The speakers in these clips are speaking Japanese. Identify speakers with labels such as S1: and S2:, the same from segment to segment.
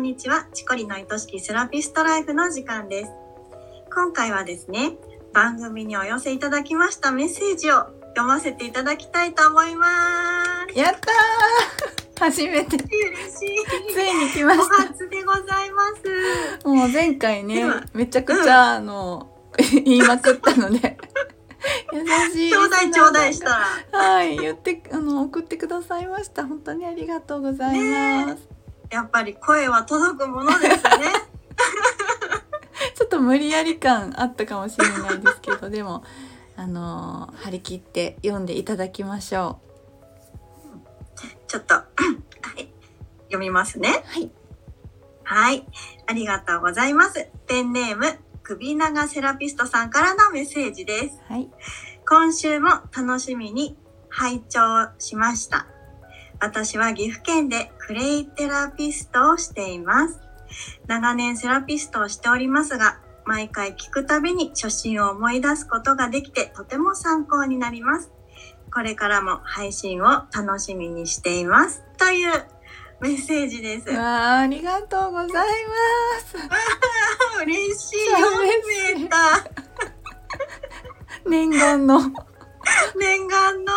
S1: にちは。チコリの愛しきセラピストライフの時間です。今回はですね、番組にお寄せいただきましたメッセージを読ませていただきたいと思います。
S2: やったー初めて、
S1: 嬉しい。
S2: ついに来ま
S1: お
S2: し
S1: 初でございます。
S2: た。もう前回ね
S1: では、
S2: めちゃくちゃ、あの、 言いまくったので、優しい。
S1: ちょうだいちょうだいした。ら。
S2: はい、言って、あの、送ってくださいました。本当にありがとうございます。
S1: やっぱり声は届くもの ですね。
S2: ちょっと無理やり感あったかもしれないですけど、 でも、あの、張り切って読んでいただきましょ
S1: ちょっと、はい。読みますね。
S2: う。はい。
S1: はい。ありがとうございます。ペンネーム、首長セラピストさんからのメッセージです。
S2: はい。
S1: 今週も楽しみに拝聴しました。私は岐阜県でクレイテラピストをしています。長年セラピストをしておりますが、毎回聞くたびに初心を思い出すことができてとても参考になります。これからも配信を楽しみにしています。というメッセージです。
S2: わあ、ありがとうございます。
S1: 嬉しい
S2: そうです
S1: 読めた
S2: 念願の。
S1: 念願の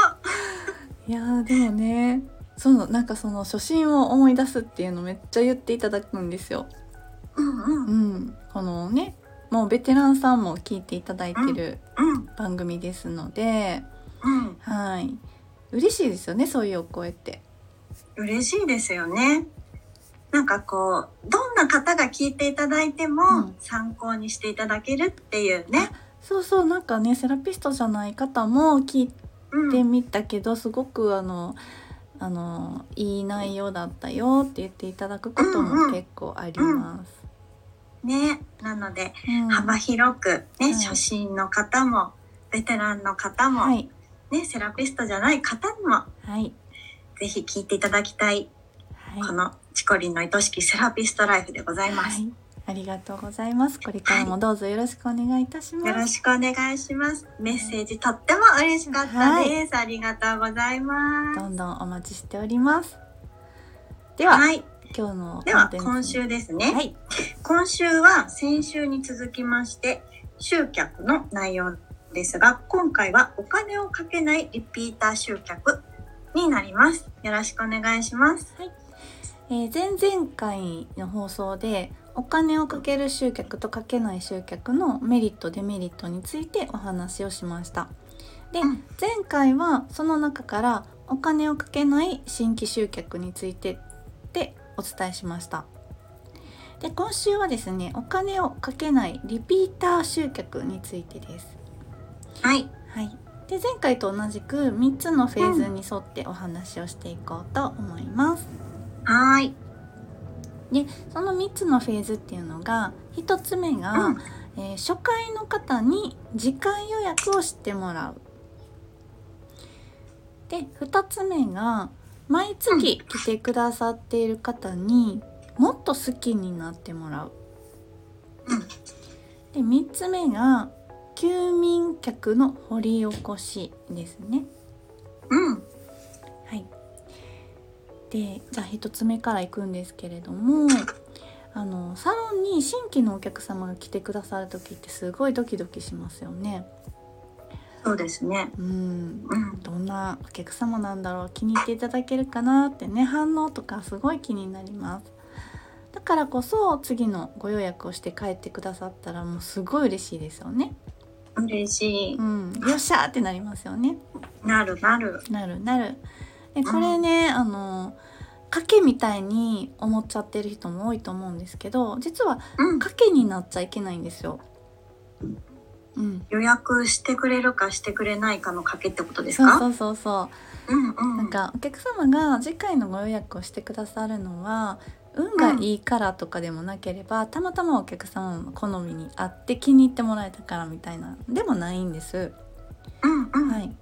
S2: いやーでもねそのなんかその初心を思い出すっていうのめっちゃ言っていただくんですよ。
S1: うんう
S2: うんん、このねもうベテランさんも聞いていただいてる
S1: うん
S2: 番組ですので、
S1: うん
S2: はい嬉しいですよねそういうお声って。
S1: 嬉しいですよねなんかこうどんな方が聞いていただいても、
S2: うん
S1: 参考にしていただけるっていうね、
S2: そうそうなんかねセラピストじゃない方も聞い
S1: うん、
S2: てみたけど、すごくあのあのいい内容だったよって言っていただくこと
S1: うんう
S2: も
S1: ん
S2: 結構あります。
S1: ねなので
S2: うん
S1: 幅広くね、
S2: うん
S1: 初心の方もベテランの方も、
S2: はい
S1: ねセラピストじゃない方にも
S2: はい
S1: ぜひ聞いていただきたい、
S2: はい
S1: このチコリンの愛しきセラピストライフでございます、
S2: はい、ありがとうございます。これからもどうぞよろしくお願いいたします。
S1: よろしくお願いします。メッセージとっても嬉しかったです。ありがとうございます。
S2: どんどんお待ちしております。では、
S1: はい。
S2: 今日の
S1: で
S2: コン
S1: は、
S2: テンツ
S1: 今週ですね。
S2: はい、
S1: 今週は先週に続きまして、集客の内容ですが、今回はお金をかけないリピーター集客になります。よろしくお願いします。
S2: えー前々回の放送でお金をかける集客とかけない集客のメリットデメリットについてお話をしました。で、
S1: うん
S2: 前回はその中からお金をかけない新規集客についてでお伝えしました。で今週はですねお金をかけないリピーター集客についてです。
S1: はい。
S2: はい、で前回と同じく3つのフェーズに沿ってお話をしていこうと思います。
S1: はーい。
S2: その3つのフェーズっていうのが1つ目が、
S1: うん
S2: えー初回の方に次回予約をしてもらう。で2つ目が毎月来てくださっている方にもっと好きになってもらう。
S1: うん
S2: で3つ目が休眠客の掘り起こしですね。
S1: うん。
S2: はい、でじゃあ1つ目からいくんですけれどもあのサロンに新規のお客様が来てくださる時ってすごいドキドキしますよね。
S1: そうですね。
S2: うん
S1: うん。
S2: どんなお客様なんだろう気に入っていただけるかなってね反応とかすごい気になります。だからこそ次のご予約をして帰ってくださったらもうすごい嬉しいですよね。
S1: 嬉しい。
S2: うん、よっしゃーってなりますよね。
S1: なるなる。
S2: なるなるでこれね、あの賭けみたいに思っちゃってる人も多いと思うんですけど実は
S1: うん。
S2: 賭けになっちゃいけないんですよ。うん、
S1: 予約してくれるかしてくれないかの賭けってことです
S2: そう
S1: か
S2: そうそうそ
S1: うんうん
S2: うなんかお客様が次回のご予約をしてくださるのは運がいいからとかでもなければ、たまたまお客様の好みに合って気に入ってもらえたからみたいなでもないんです。
S1: うんうん、
S2: はい、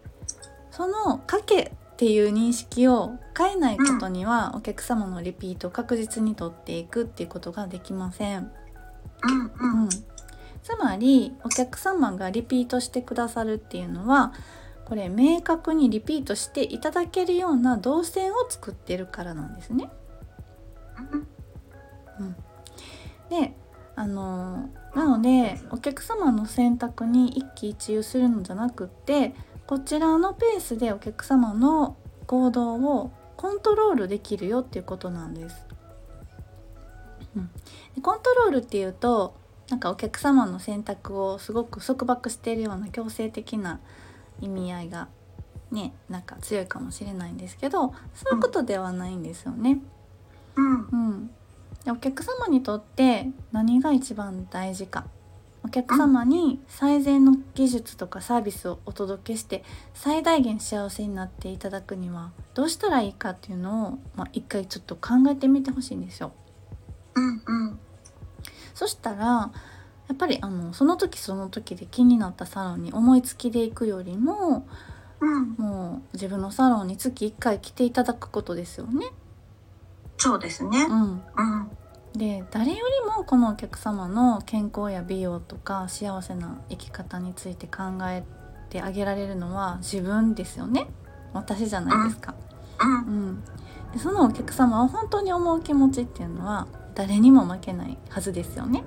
S2: その賭けっていう認識を変えないことには、お客様のリピートを確実に取っていくっていうことができません、
S1: うんうん
S2: う、ん、つまりお客様がリピートしてくださるっていうのはこれ明確にリピートしていただけるような動線を作ってるからなんですね。
S1: うん
S2: うん、であのなのでお客様の選択に一喜一憂するのじゃなくってこちらのペースでお客様の行動をコントロールできるよっていうことなんです。うん、でコントロールっていうとなんかお客様の選択をすごく束縛しているような強制的な意味合いがねなんか強いかもしれないんですけどそういうことではないんですよね。
S1: うん
S2: うん、でお客様にとって何が一番大事かお客様に最善の技術とかサービスをお届けして最大限幸せになっていただくにはどうしたらいいかっていうのを、まあ、一回ちょっと考えてみてほしいんですよ。
S1: うんうん
S2: そしたらやっぱりあのその時その時で気になったサロンに思いつきで行くよりも
S1: うん
S2: もう自分のサロンに月1回来ていただくことですよね。
S1: そうですね
S2: うん、
S1: うん
S2: で誰よりもこのお客様の健康や美容とか幸せな生き方について考えてあげられるのは自分ですよね私じゃないですか、
S1: うん
S2: うん、でそのお客様を本当に思う気持ちっていうのは誰にも負けないはずですよね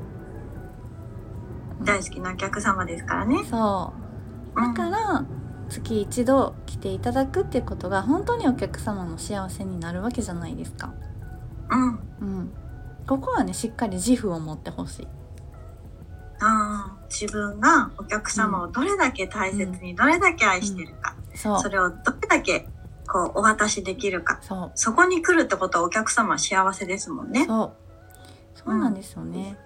S1: 大好きなお客様ですからね
S2: そうだから月一度来ていただくっていうことが本当にお客様の幸せになるわけじゃないですか、
S1: うんうん
S2: うん、ここはねしっかり自負を持ってほしい
S1: あー自分がお客様をどれだけ大切にどれだけ愛してるか、
S2: そう
S1: それをどれだけこうお渡しできるか
S2: そう
S1: そこに来るってことはお客様は幸せですもんね。
S2: そうそうなんですよね、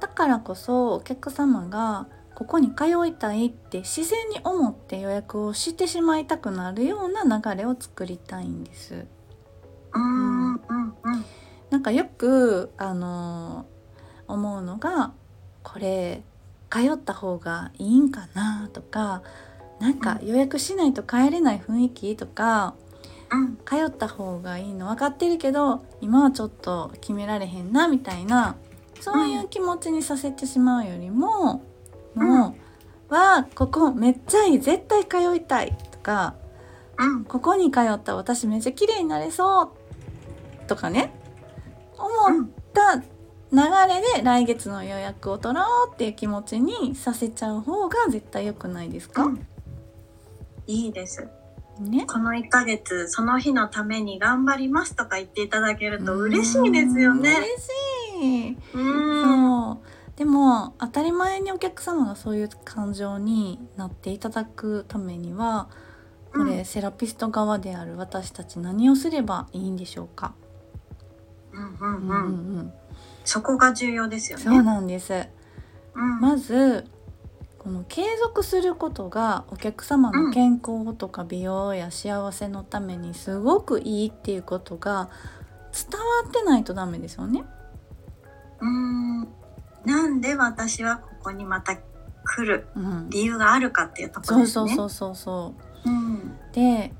S2: だからこそお客様がここに通いたいって自然に思って予約をしてしまいたくなるような流れを作りたいんです
S1: うーんうんうん
S2: なんかよくあのー思うのがこれ通った方がいいんかなとかなんか予約しないと帰れない雰囲気とか
S1: うん
S2: 通った方がいいの分かってるけど今はちょっと決められへんなみたいなそういう気持ちにさせてしまうよりも、
S1: うん
S2: もう「わあここめっちゃいい絶対通いたい」とか
S1: うん
S2: 「ここに通ったら私めっちゃ綺麗になれそう」とかね
S1: う
S2: 思っ
S1: ん
S2: た流れで来月の予約を取ろうっていう気持ちにさせちゃう方が絶対良くないですか、
S1: うんいいです
S2: ね
S1: この1ヶ月その日のために頑張りますとか言っていただけると嬉しいですよ
S2: うん
S1: ね。
S2: 嬉しい
S1: うんうん
S2: そうでも当たり前にお客様がそういう感情になっていただくためにはこれ、セラピスト側である私たち何をすればいいんでしょうか、
S1: うんう
S2: う
S1: ん
S2: んうん
S1: そこが重要ですよね。
S2: そうなんです、
S1: うん
S2: まずこの継続することがお客様の健康とか美容や幸せのためにすごくいいっていうことが伝わってないとダメですよね。
S1: うーんなんで私はここにまた来る
S2: うん、
S1: 理由があるかっていうところ
S2: そ
S1: で
S2: う
S1: す
S2: そう
S1: ね。
S2: そうそうそう。
S1: うん
S2: で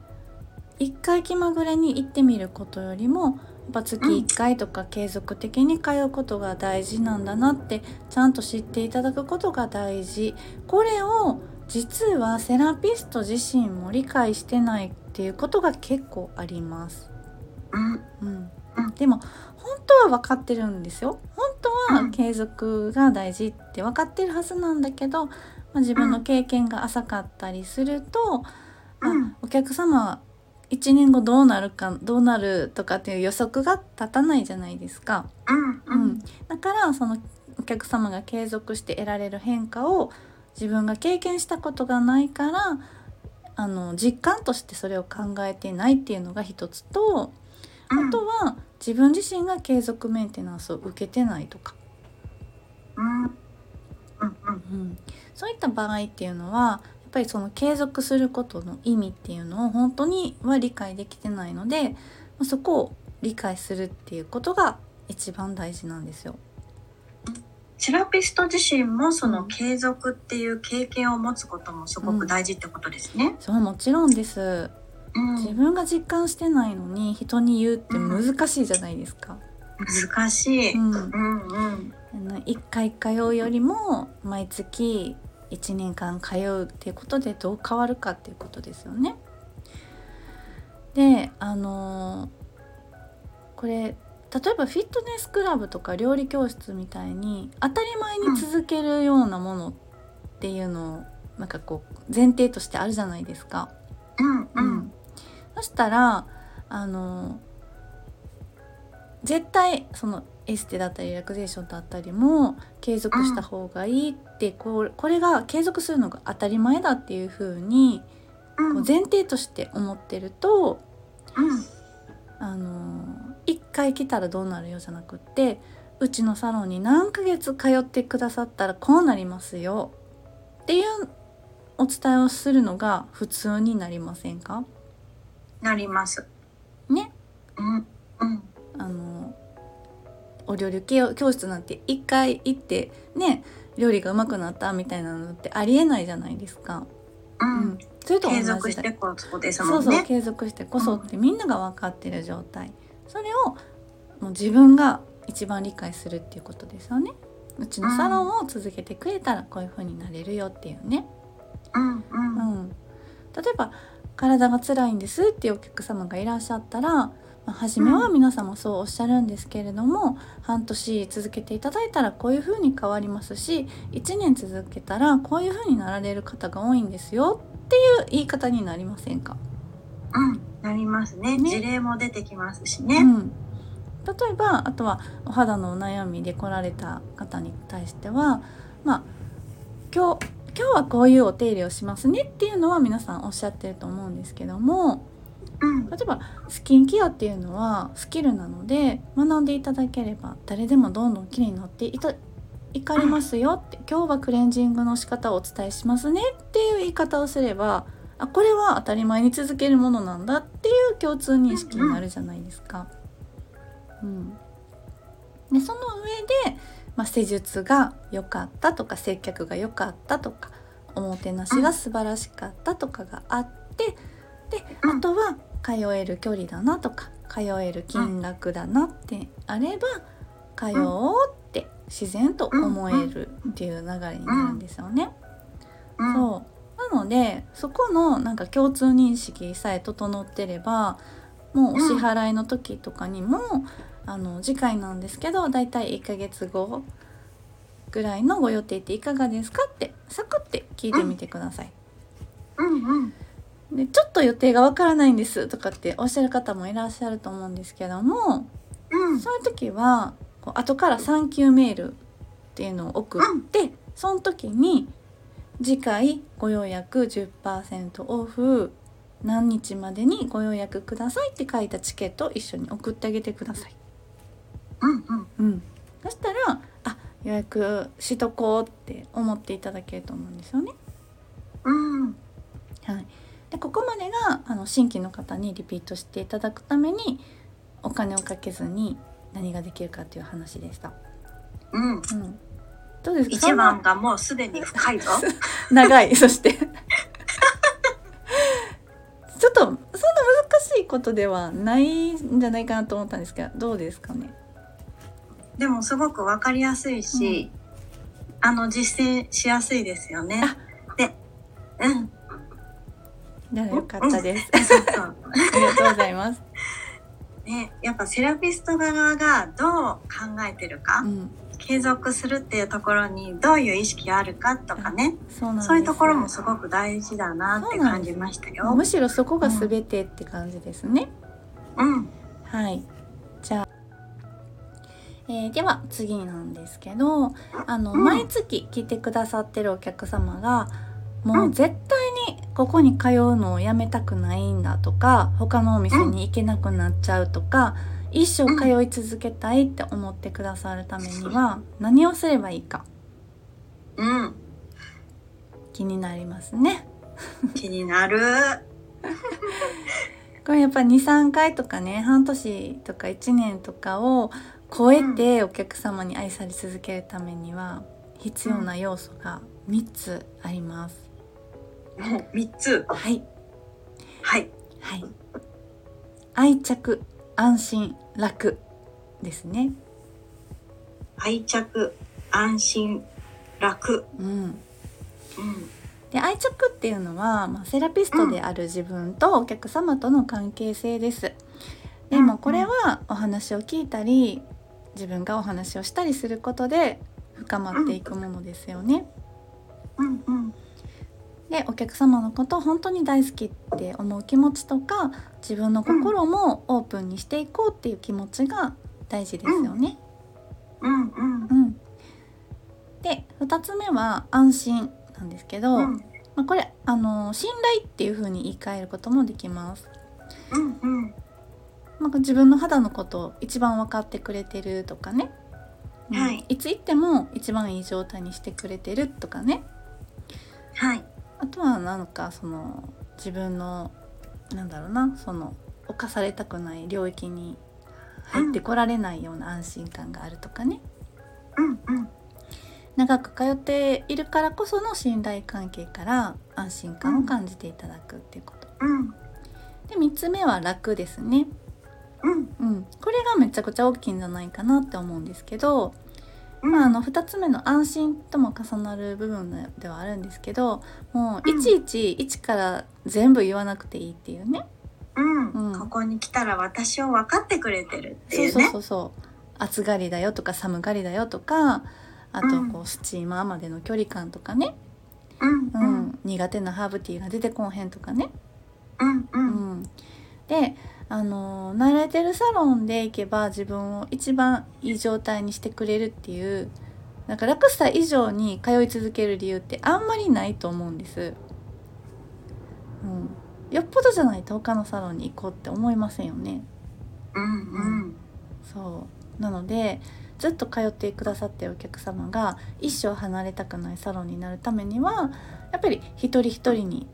S2: 一回気まぐれに行ってみることよりもやっぱ月
S1: うん
S2: 1回とか継続的に通うことが大事なんだなってちゃんと知っていただくことが大事これを実はセラピスト自身も理解してないっていうことが結構あります。
S1: うん
S2: うん
S1: うん
S2: でも本当は分かってるんですよ本当
S1: う
S2: は
S1: ん
S2: 継続が大事って分かってるはずなんだけど、まあ、自分の経験が浅かったりすると、まあ
S1: うん
S2: お客様は1年後どうなるかどうなるとかっていう予測が立たないじゃないですか、
S1: うんう
S2: うん
S1: ん
S2: だからそのお客様が継続して得られる変化を自分が経験したことがないからあの実感としてそれを考えてないっていうのが一つと、
S1: うん
S2: あとは自分自身が継続メンテナンスを受けてないとか、
S1: うんうん
S2: そういった場合っていうのはやっぱりその継続することの意味っていうのを本当には理解できてないのでまあそこを理解するっていうことが一番大事なんですよ。
S1: セラピスト自身もそうの
S2: ん
S1: 継続っていう経験を持つこともすごく大事ってことですね。
S2: そうもちろんです
S1: うん
S2: 自分が実感してないのに人に言うって難しいじゃないですか。
S1: 難しい。
S2: う
S1: うんんうん
S2: あの1回通うよりも毎月1年間通うっていうことでどう変わるかっていうことですよね。であのーこれ例えばフィットネスクラブとか料理教室みたいに当たり前に続けるようなものっていうのをなんかこう前提としてあるじゃないですか。
S1: うんう
S2: うんん、そしたらあの絶対そのエステだったりリラクゼーションだったりも継続した方がいいって、こうこれが継続するのが当たり前だっていう風に
S1: うん
S2: こ
S1: うん
S2: う前提として思ってると、
S1: うん
S2: あの1回来たらどうなるよじゃなくってうちのサロンに何ヶ月通ってくださったらこうなりますよっていうお伝えをするのが普通になりませんか
S1: なります。
S2: ね。
S1: うんうん
S2: あのお料理教教室なんて1回行ってね料理がうまくなったみたいなのってありえないじゃないですか。
S1: う。
S2: うんそれと同
S1: 継
S2: じだ
S1: 続してこうそうです
S2: そ
S1: も
S2: うんそう
S1: ね。
S2: 継続してこそってみんなが分かってる状態それをもう自分が一番理解するっていうことですよねうちのサロンを続けてくれたらこういう風になれるよっていうね、
S1: うんう
S2: うんん、例えば体が辛いんですっていうお客様がいらっしゃったら、まあ、初めは皆様そうおっしゃるんですけれども、半年続けていただいたらこういう風に変わりますし1年続けたらこういう風になられる方が多いんですよっていう言い方になりませんか
S1: うん。なりますね。
S2: ね
S1: 事例も出てきますし
S2: う
S1: ね。
S2: ん、例えばあとはお肌のお悩みで来られた方に対してはまあ今日今日はこういうお手入れをしますねっていうのは皆さんおっしゃってると思うんですけども
S1: うん
S2: 例えばスキンケアっていうのはスキルなので学んでいただければ誰でもどんどん綺麗になっていたいかれますよって今日はクレンジングの仕方をお伝えしますねっていう言い方をすればあこれは当たり前に続けるものなんだっていう共通認識になるじゃないですか。うん、でその上で、まあ、施術が良かったとか接客が良かったとかおもてなしが素晴らしかったとかがあってで
S1: うん
S2: あとは通える距離だなとか通える金額だなってあれば通おうって自然と思えるっていう流れになるんですよね。
S1: うん
S2: そうなのでそこのなんか共通認識さえ整ってればもうお支払いの時とかにも、あの次回なんですけどだいたい1ヶ月後ぐらいのご予定っていかがですかってサクって聞いてみてください。
S1: うんうん
S2: でちょっと予定がわからないんですとかっておっしゃる方もいらっしゃると思うんですけども
S1: うん
S2: そういう時はこう後から「産休メール」っていうのを送ってその時に「次回ご予約10%オフ何日までにご予約ください」って書いたチケットを一緒に送ってあげてください。
S1: うんうん
S2: うん、そしたら「あ予約しとこう」って思っていただけると思うんですよね。
S1: うん
S2: はい、でここまでがあの新規の方にリピートしていただくためにお金をかけずに何ができるかという話でした。
S1: うん。
S2: うん、どうですか
S1: 一
S2: そ
S1: 番
S2: ん
S1: がもうすでに深いぞ。
S2: な長いそ してちょっとそんな難しいことではないんじゃないかなと思ったんですけどどうですかね
S1: でもすごくわかりやすいし、あの実践しやすいですよね
S2: あ。
S1: で、うん、
S2: ならよかったです。
S1: そうそう。
S2: ありがとうございます。
S1: ね、やっぱセラピスト側がどう考えてるか、
S2: うん、
S1: 継続するっていうところにどういう意識があるかとかね、
S2: そうなんです
S1: そういうところもすごく大事だなって感じましたよ
S2: む。しろそこが全てって感じですね。
S1: うん、
S2: はい。じゃあ、えーでは次なんですけど、あの、
S1: うん
S2: 毎月来てくださってるお客様が、も
S1: う
S2: うん絶対にここに通うのをやめたくないんだとか、他のお店に行けなくなっちゃうとか、一生通い続けたいって思ってくださるためには、何をすればいいか
S1: うん、
S2: 気になりますね。
S1: 気になる。
S2: これやっぱ23回とかね半年とか1年とかを超えてお客様に愛され続けるためには必要な要素が3つあります。
S1: もう三つ。
S2: はい、
S1: はい。
S2: はい、愛着安心楽ですね。
S1: 愛着、安心、楽。
S2: うん、
S1: うん、
S2: で愛着っていうのは、まあ、セラピストである自分とお客様との関係性です。でもこれはお話を聞いたり自分がお話をしたりすることで深まっていくものですよね。
S1: うんうん
S2: でお客様のことを本当に大好きって思う気持ちとか自分の心もオープンにしていこうっていう気持ちが大事ですよね。
S1: うんうん
S2: うん、で2つ目は安心なんですけど、
S1: うん
S2: まあ、これあの信頼っていう風に言い換えることもできます。
S1: うんうん
S2: まあ、自分の肌のことを一番分かってくれてるとかね、うん
S1: はい
S2: いつ行っても一番いい状態にしてくれてるとかね
S1: はい
S2: あとはなんかその自分のなんだろうなその侵されたくない領域に入ってこられないような安心感があるとかね、
S1: うんうん
S2: 長く通っているからこその信頼関係から安心感を感じていただくっていうこと。
S1: うん
S2: で3つ目は楽ですね、
S1: うん
S2: うん、これがめちゃくちゃ大きいんじゃないかなって思ううんですけど、
S1: うん
S2: まあ、あの2つ目の安心とも重なる部分ではあるんですけどもう
S1: うん
S2: いちいち一から全部言わなくていいっていうね。
S1: うん
S2: うん
S1: ここに来たら私を分かってくれてるって
S2: そう
S1: いう
S2: そう
S1: ね
S2: そうそう暑がりだよとか寒がりだよとかあと
S1: うん
S2: こうスチーマーまでの距離感とかね、
S1: うん
S2: う
S1: うんん
S2: 苦手なハーブティーが出てこんへんとかね、
S1: うんう
S2: うんん、であのー慣れてるサロンで行けば自分を一番いい状態にしてくれるっていうなんか楽さ以上に通い続ける理由ってあんまりないと思うんです、うん、よっぽどじゃないと他のサロンに行こうって思いませんよね、
S1: うんうん
S2: そうなのでずっと通ってくださってるお客様が一生離れたくないサロンになるためにはやっぱり一人一人に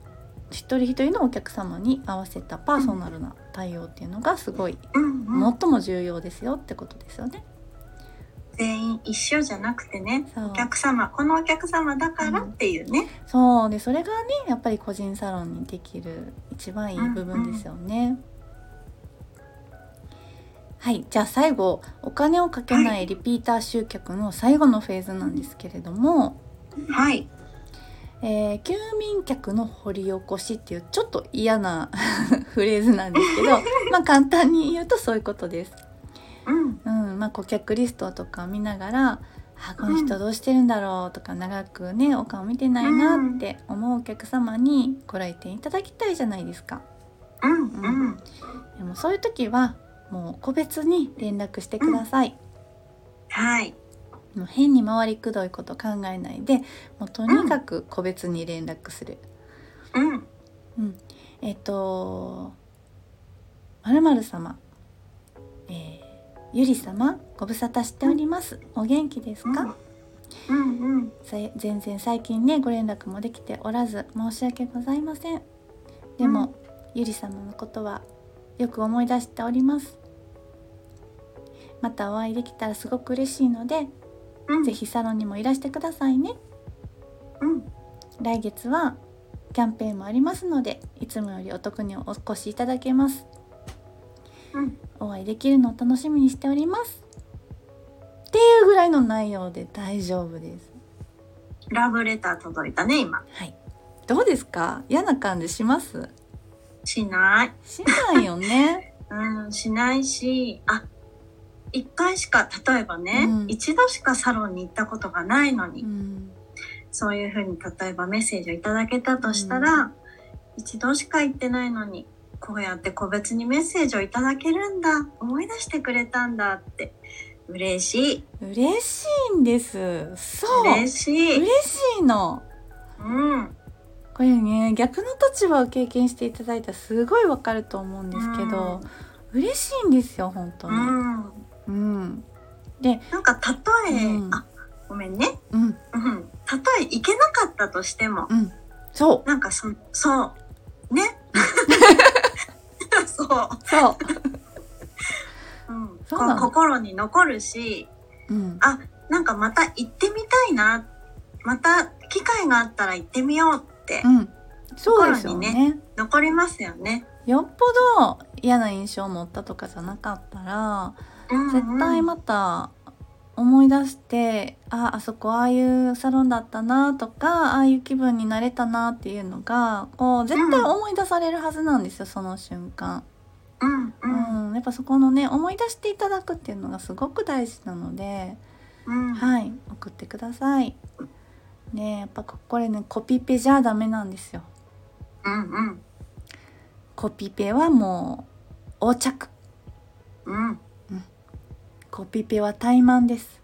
S2: 一人一人のお客様に合わせたパーソナルな対応っていうのがすごい
S1: うんうん
S2: 最も重要ですよってことですよね。
S1: 全員一緒じゃなくてね
S2: そう
S1: お客様このお客様だからっていうね
S2: そうでそれがねやっぱり個人サロンにできる一番いい部分ですよね。はいじゃあ最後お金をかけないリピーター集客の最後のフェーズなんですけれども、
S1: はい
S2: えー休眠客の掘り起こしっていうちょっと嫌な フレーズなんですけ どまあ簡単に言うとそういうことです。
S1: うん
S2: うんまあ、顧客リストとか見ながら「あこの人どうしてるんだろう」とか長くねお顔見てないなって思うお客様にご来店いただきたいじゃないですか。
S1: うんうん
S2: でもそういう時はもう個別に連絡してください。
S1: はい
S2: もう変に回りくどいこと考えないでもうとにかく個別に連絡する。
S1: うん
S2: えっと「まるまる様、えーゆり様ご無沙汰しております。お元気ですか?」
S1: うんうん
S2: さい全然最近ねご連絡もできておらず申し訳ございませんでも、
S1: うん
S2: ゆり様のことはよく思い出しておりますまたお会いできたらすごく嬉しいので、
S1: うん
S2: ぜひサロンにもいらしてくださいね
S1: うん
S2: 来月はキャンペーンもありますのでいつもよりお得にお越しいただけます
S1: うん
S2: お会いできるのを楽しみにしておりますっていうぐらいの内容で大丈夫です
S1: ラブレター届いたね今
S2: はいどうですか嫌な感じします
S1: しない
S2: しないよね。
S1: うんしないしあ一回しか例えばね、
S2: うん
S1: 一度しかサロンに行ったことがないのに、
S2: うん、
S1: そういうふうに例えばメッセージをいただけたとしたら、
S2: う
S1: 一度しか行ってないのにこうやって個別にメッセージをいただけるんだ思い出してくれたんだって嬉しい
S2: 嬉しいんです。そう。
S1: 嬉
S2: 嬉
S1: しい、
S2: しいの。
S1: うん、
S2: これね、逆の立場を経験していただいたらすごいわかると思うんですけど、嬉しいんですよ、本当
S1: う
S2: に。
S1: ん、
S2: うん。
S1: なんかたとえ、
S2: うん
S1: あごめんね、
S2: うん。
S1: うん、たとえ行けなかったとしても
S2: うん。そ
S1: なんかそそう ねそう
S2: う。 そう。
S1: うん、
S2: そうなの
S1: こう心に残るし
S2: うん。
S1: あなんかまた行ってみたいなまた機会があったら行ってみようって
S2: うん。そうですよね。
S1: 心残りますよね。
S2: よっぽど嫌な印象を持ったとかじゃなかったら、
S1: うんうん
S2: 絶対また思い出してああそこああいうサロンだったなとかああいう気分になれたなっていうのがこう絶対思い出されるはずなんですよ、その瞬間、
S1: うんう
S2: うんんやっぱそこのね思い出していただくっていうのがすごく大事なので、
S1: うん、
S2: はい送ってください。ねやっぱここれねコピペじゃダメなんですよ。
S1: うん
S2: コピペはもう横着
S1: うんうん
S2: コピペは怠慢です。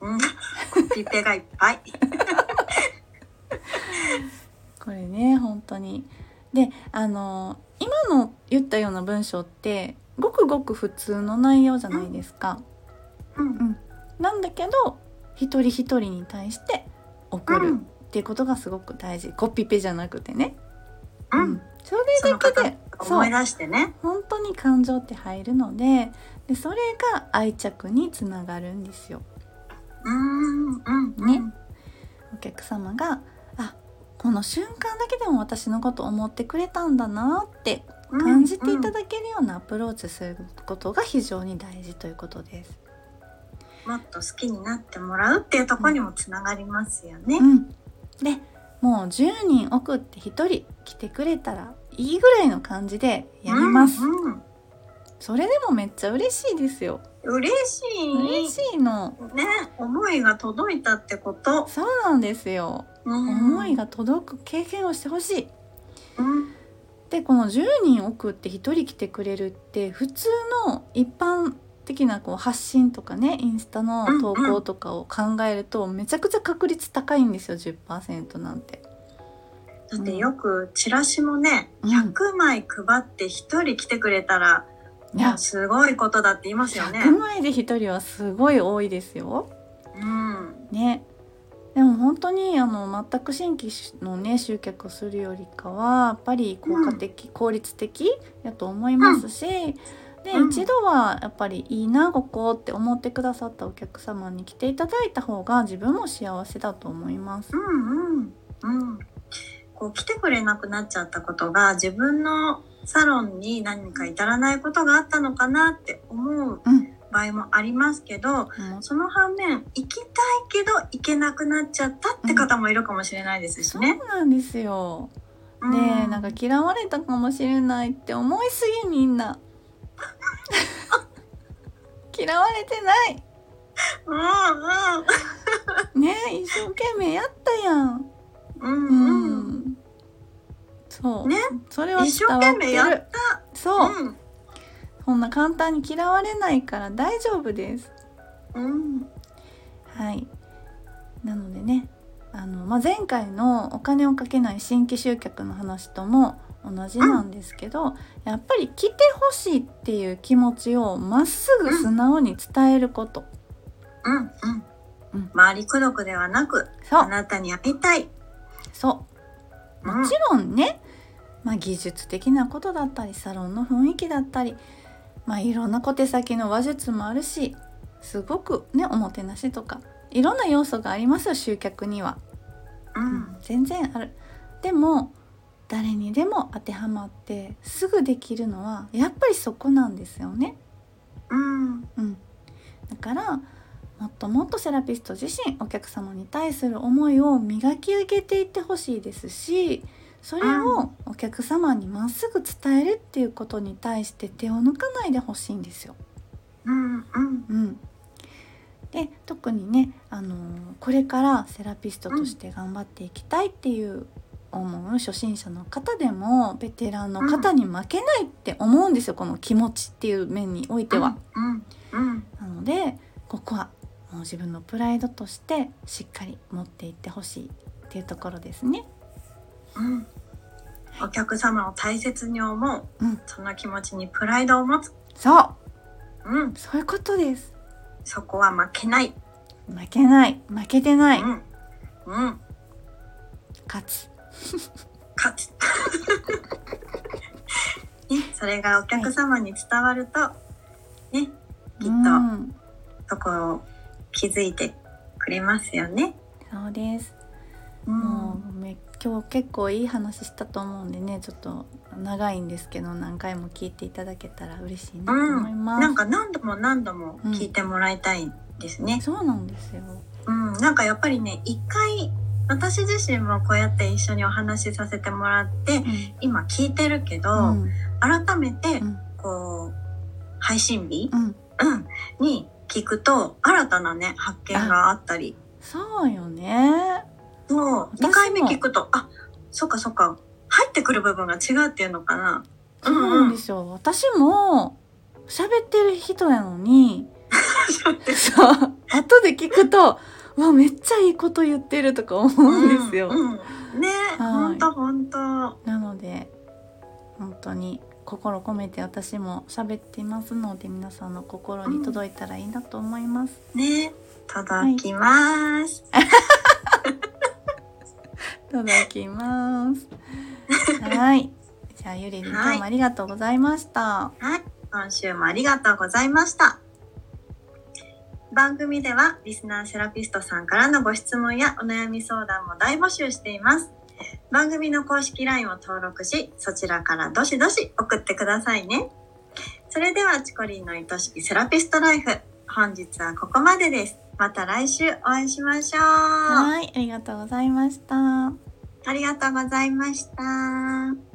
S1: うんコピペがいっぱい
S2: これね本当にであの今の言ったような文章ってごくごく普通の内容じゃないですか。
S1: うん
S2: なんだけど一人一人に対して送るっていうことがすごく大事、コピペじゃなくてね。
S1: うん、
S2: うんそれ
S1: その
S2: だけ
S1: 方
S2: で
S1: 思
S2: そ
S1: いう出してね
S2: 本当に感情って入るのででそれが愛着につながるんですよ。
S1: うんうんうん
S2: ねお客様があこの瞬間だけでも私のこと思ってくれたんだなって感じてい
S1: だ、
S2: ただけるようなアプローチすることが非常に大事ということです。
S1: うんもっと好きになってもらうっていうところにもつながりますよね、
S2: うん、でもう10人送って1人来てくれたらいいぐらいの感じでやります。
S1: うんうん
S2: それでもめっちゃ嬉しいですよ。
S1: 嬉しい
S2: 嬉しいの。
S1: ね思いが届いたってこと、
S2: そうなんですよ。
S1: うん
S2: 思いが届く経験をしてほしい。
S1: うん
S2: でこの10人送って1人来てくれるって普通の一般的なこう発信とかねインスタの投稿とかを考えるとめちゃくちゃ確率高いんですよ10%なんて。
S1: だってよくチラシもね、
S2: うん
S1: 100枚配って1人来てくれたら、
S2: いや
S1: すごいことだって言いますよね。
S2: 100枚で1人はすごい多いですよ。
S1: うん、
S2: ね。でも本当にあの全く新規のね集客をするよりかはやっぱり効果的、効率的やと思いますし、で
S1: うん
S2: 一度はやっぱりいいなここって思ってくださったお客様に来ていただいた方が自分も幸せだと思います
S1: う。ん、うん、うん。こう来てくれなくなっちゃったことが自分のサロンに何か至らないことがあったのかなって思う
S2: うん
S1: 場合もありますけど、
S2: 思っ
S1: その反面行きたいけど行けなくなっちゃったって方もいるかもしれないですし
S2: そう
S1: ね。
S2: なんですよ。
S1: う
S2: でなんか嫌われたかもしれないって思いすぎみ んな。嫌われてない
S1: うん
S2: ね一生懸命やったやん。
S1: うんうん
S2: う
S1: うん。
S2: ん。そう。
S1: ね
S2: それは
S1: 一生
S2: 伝わっ
S1: 懸
S2: て
S1: 命
S2: る。
S1: やっ
S2: そう、
S1: た。うん
S2: こんな簡単に嫌われないから大丈夫です。
S1: うん
S2: はい。なのでね、あのまあ前回のお金をかけない新規集客の話とも同じなんですけど、やっぱり来てほしいっていう気持ちをまっすぐ素直に伝えること。
S1: うんう
S2: うん
S1: ん。周りくどくではなく、
S2: そ
S1: あ
S2: う、
S1: なたに会いたい。
S2: そう。
S1: うん
S2: もちろんね、まあ、技術的なことだったりサロンの雰囲気だったり、まあ、いろんな小手先の話術もあるしすごくねおもてなしとかいろんな要素がありますよ集客には、
S1: うん
S2: 全然あるでも誰にでも当てはまってすぐできるのはやっぱりそこなんですよね、
S1: うん
S2: うん、だからもっともっとセラピスト自身お客様に対する思いを磨き上げていってほしいですしそれをお客様にまっすぐ伝えるっていうことに対して手を抜かないでほしいんですよ。
S1: うんうん
S2: うん、で特にね、あのーこれからセラピストとして頑張っていきたいっていう思う初心者の方でもベテランの方に負けないって思うんですよこの気持ちっていう面においては。
S1: うんうん
S2: なのでここはもう自分のプライドとしてしっかり持っていってほしいっていうところですね。
S1: うんお客様を大切に思う、
S2: うん
S1: その気持ちにプライドを持つ、
S2: そう
S1: うん、
S2: そういうことです。
S1: そこは負けない、
S2: 負けない負けてない、
S1: うんうん、
S2: 勝つ。
S1: 勝つね、それがお客様に伝わると、ね、きっと
S2: うん
S1: そこを気づいてくれますよね。
S2: そうです。
S1: うん
S2: もうめ今日結構いい話したと思うんでねちょっと長いんですけど何回も聞いていただけたら嬉しいなと思います。
S1: なんか何度も何度も聞いてもらいたいですね。
S2: そうなんですよ。
S1: うん、なんかやっぱりね、一回私自身もこうやって一緒にお話しさせてもらって、今聞いてるけど、
S2: うん
S1: 改めて
S2: うん
S1: こう、配信日、
S2: うん
S1: うん、に聞くと新たなね発見があったり
S2: そうよね
S1: そう
S2: 私も
S1: 2回目聞くとあそっかそっか入ってくる部分が違うっていうのかな
S2: そうなんですよ、私も喋ってる人なのにそう後で聞くとうわめっちゃいいこと言ってるとか思うんですよ、
S1: うんうんね
S2: は
S1: ほ
S2: い
S1: んとほんと
S2: なので本当に心込めて私も喋っていますので皆さんの心に届いたらいいなと思います、
S1: ね届きます、
S2: いただきます はいじゃあゆりりん
S1: はい
S2: どうもありがとうございました、
S1: 今週もありがとうございました番組ではリスナーセラピストさんからのご質問やお悩み相談も大募集しています番組の公式 LINE を登録しそちらからどしどし送ってくださいねそれではチコリンの愛しきセラピストライフ本日はここまでですまた来週お会いしましょうあ
S2: はいありがとうございました
S1: りがとうございました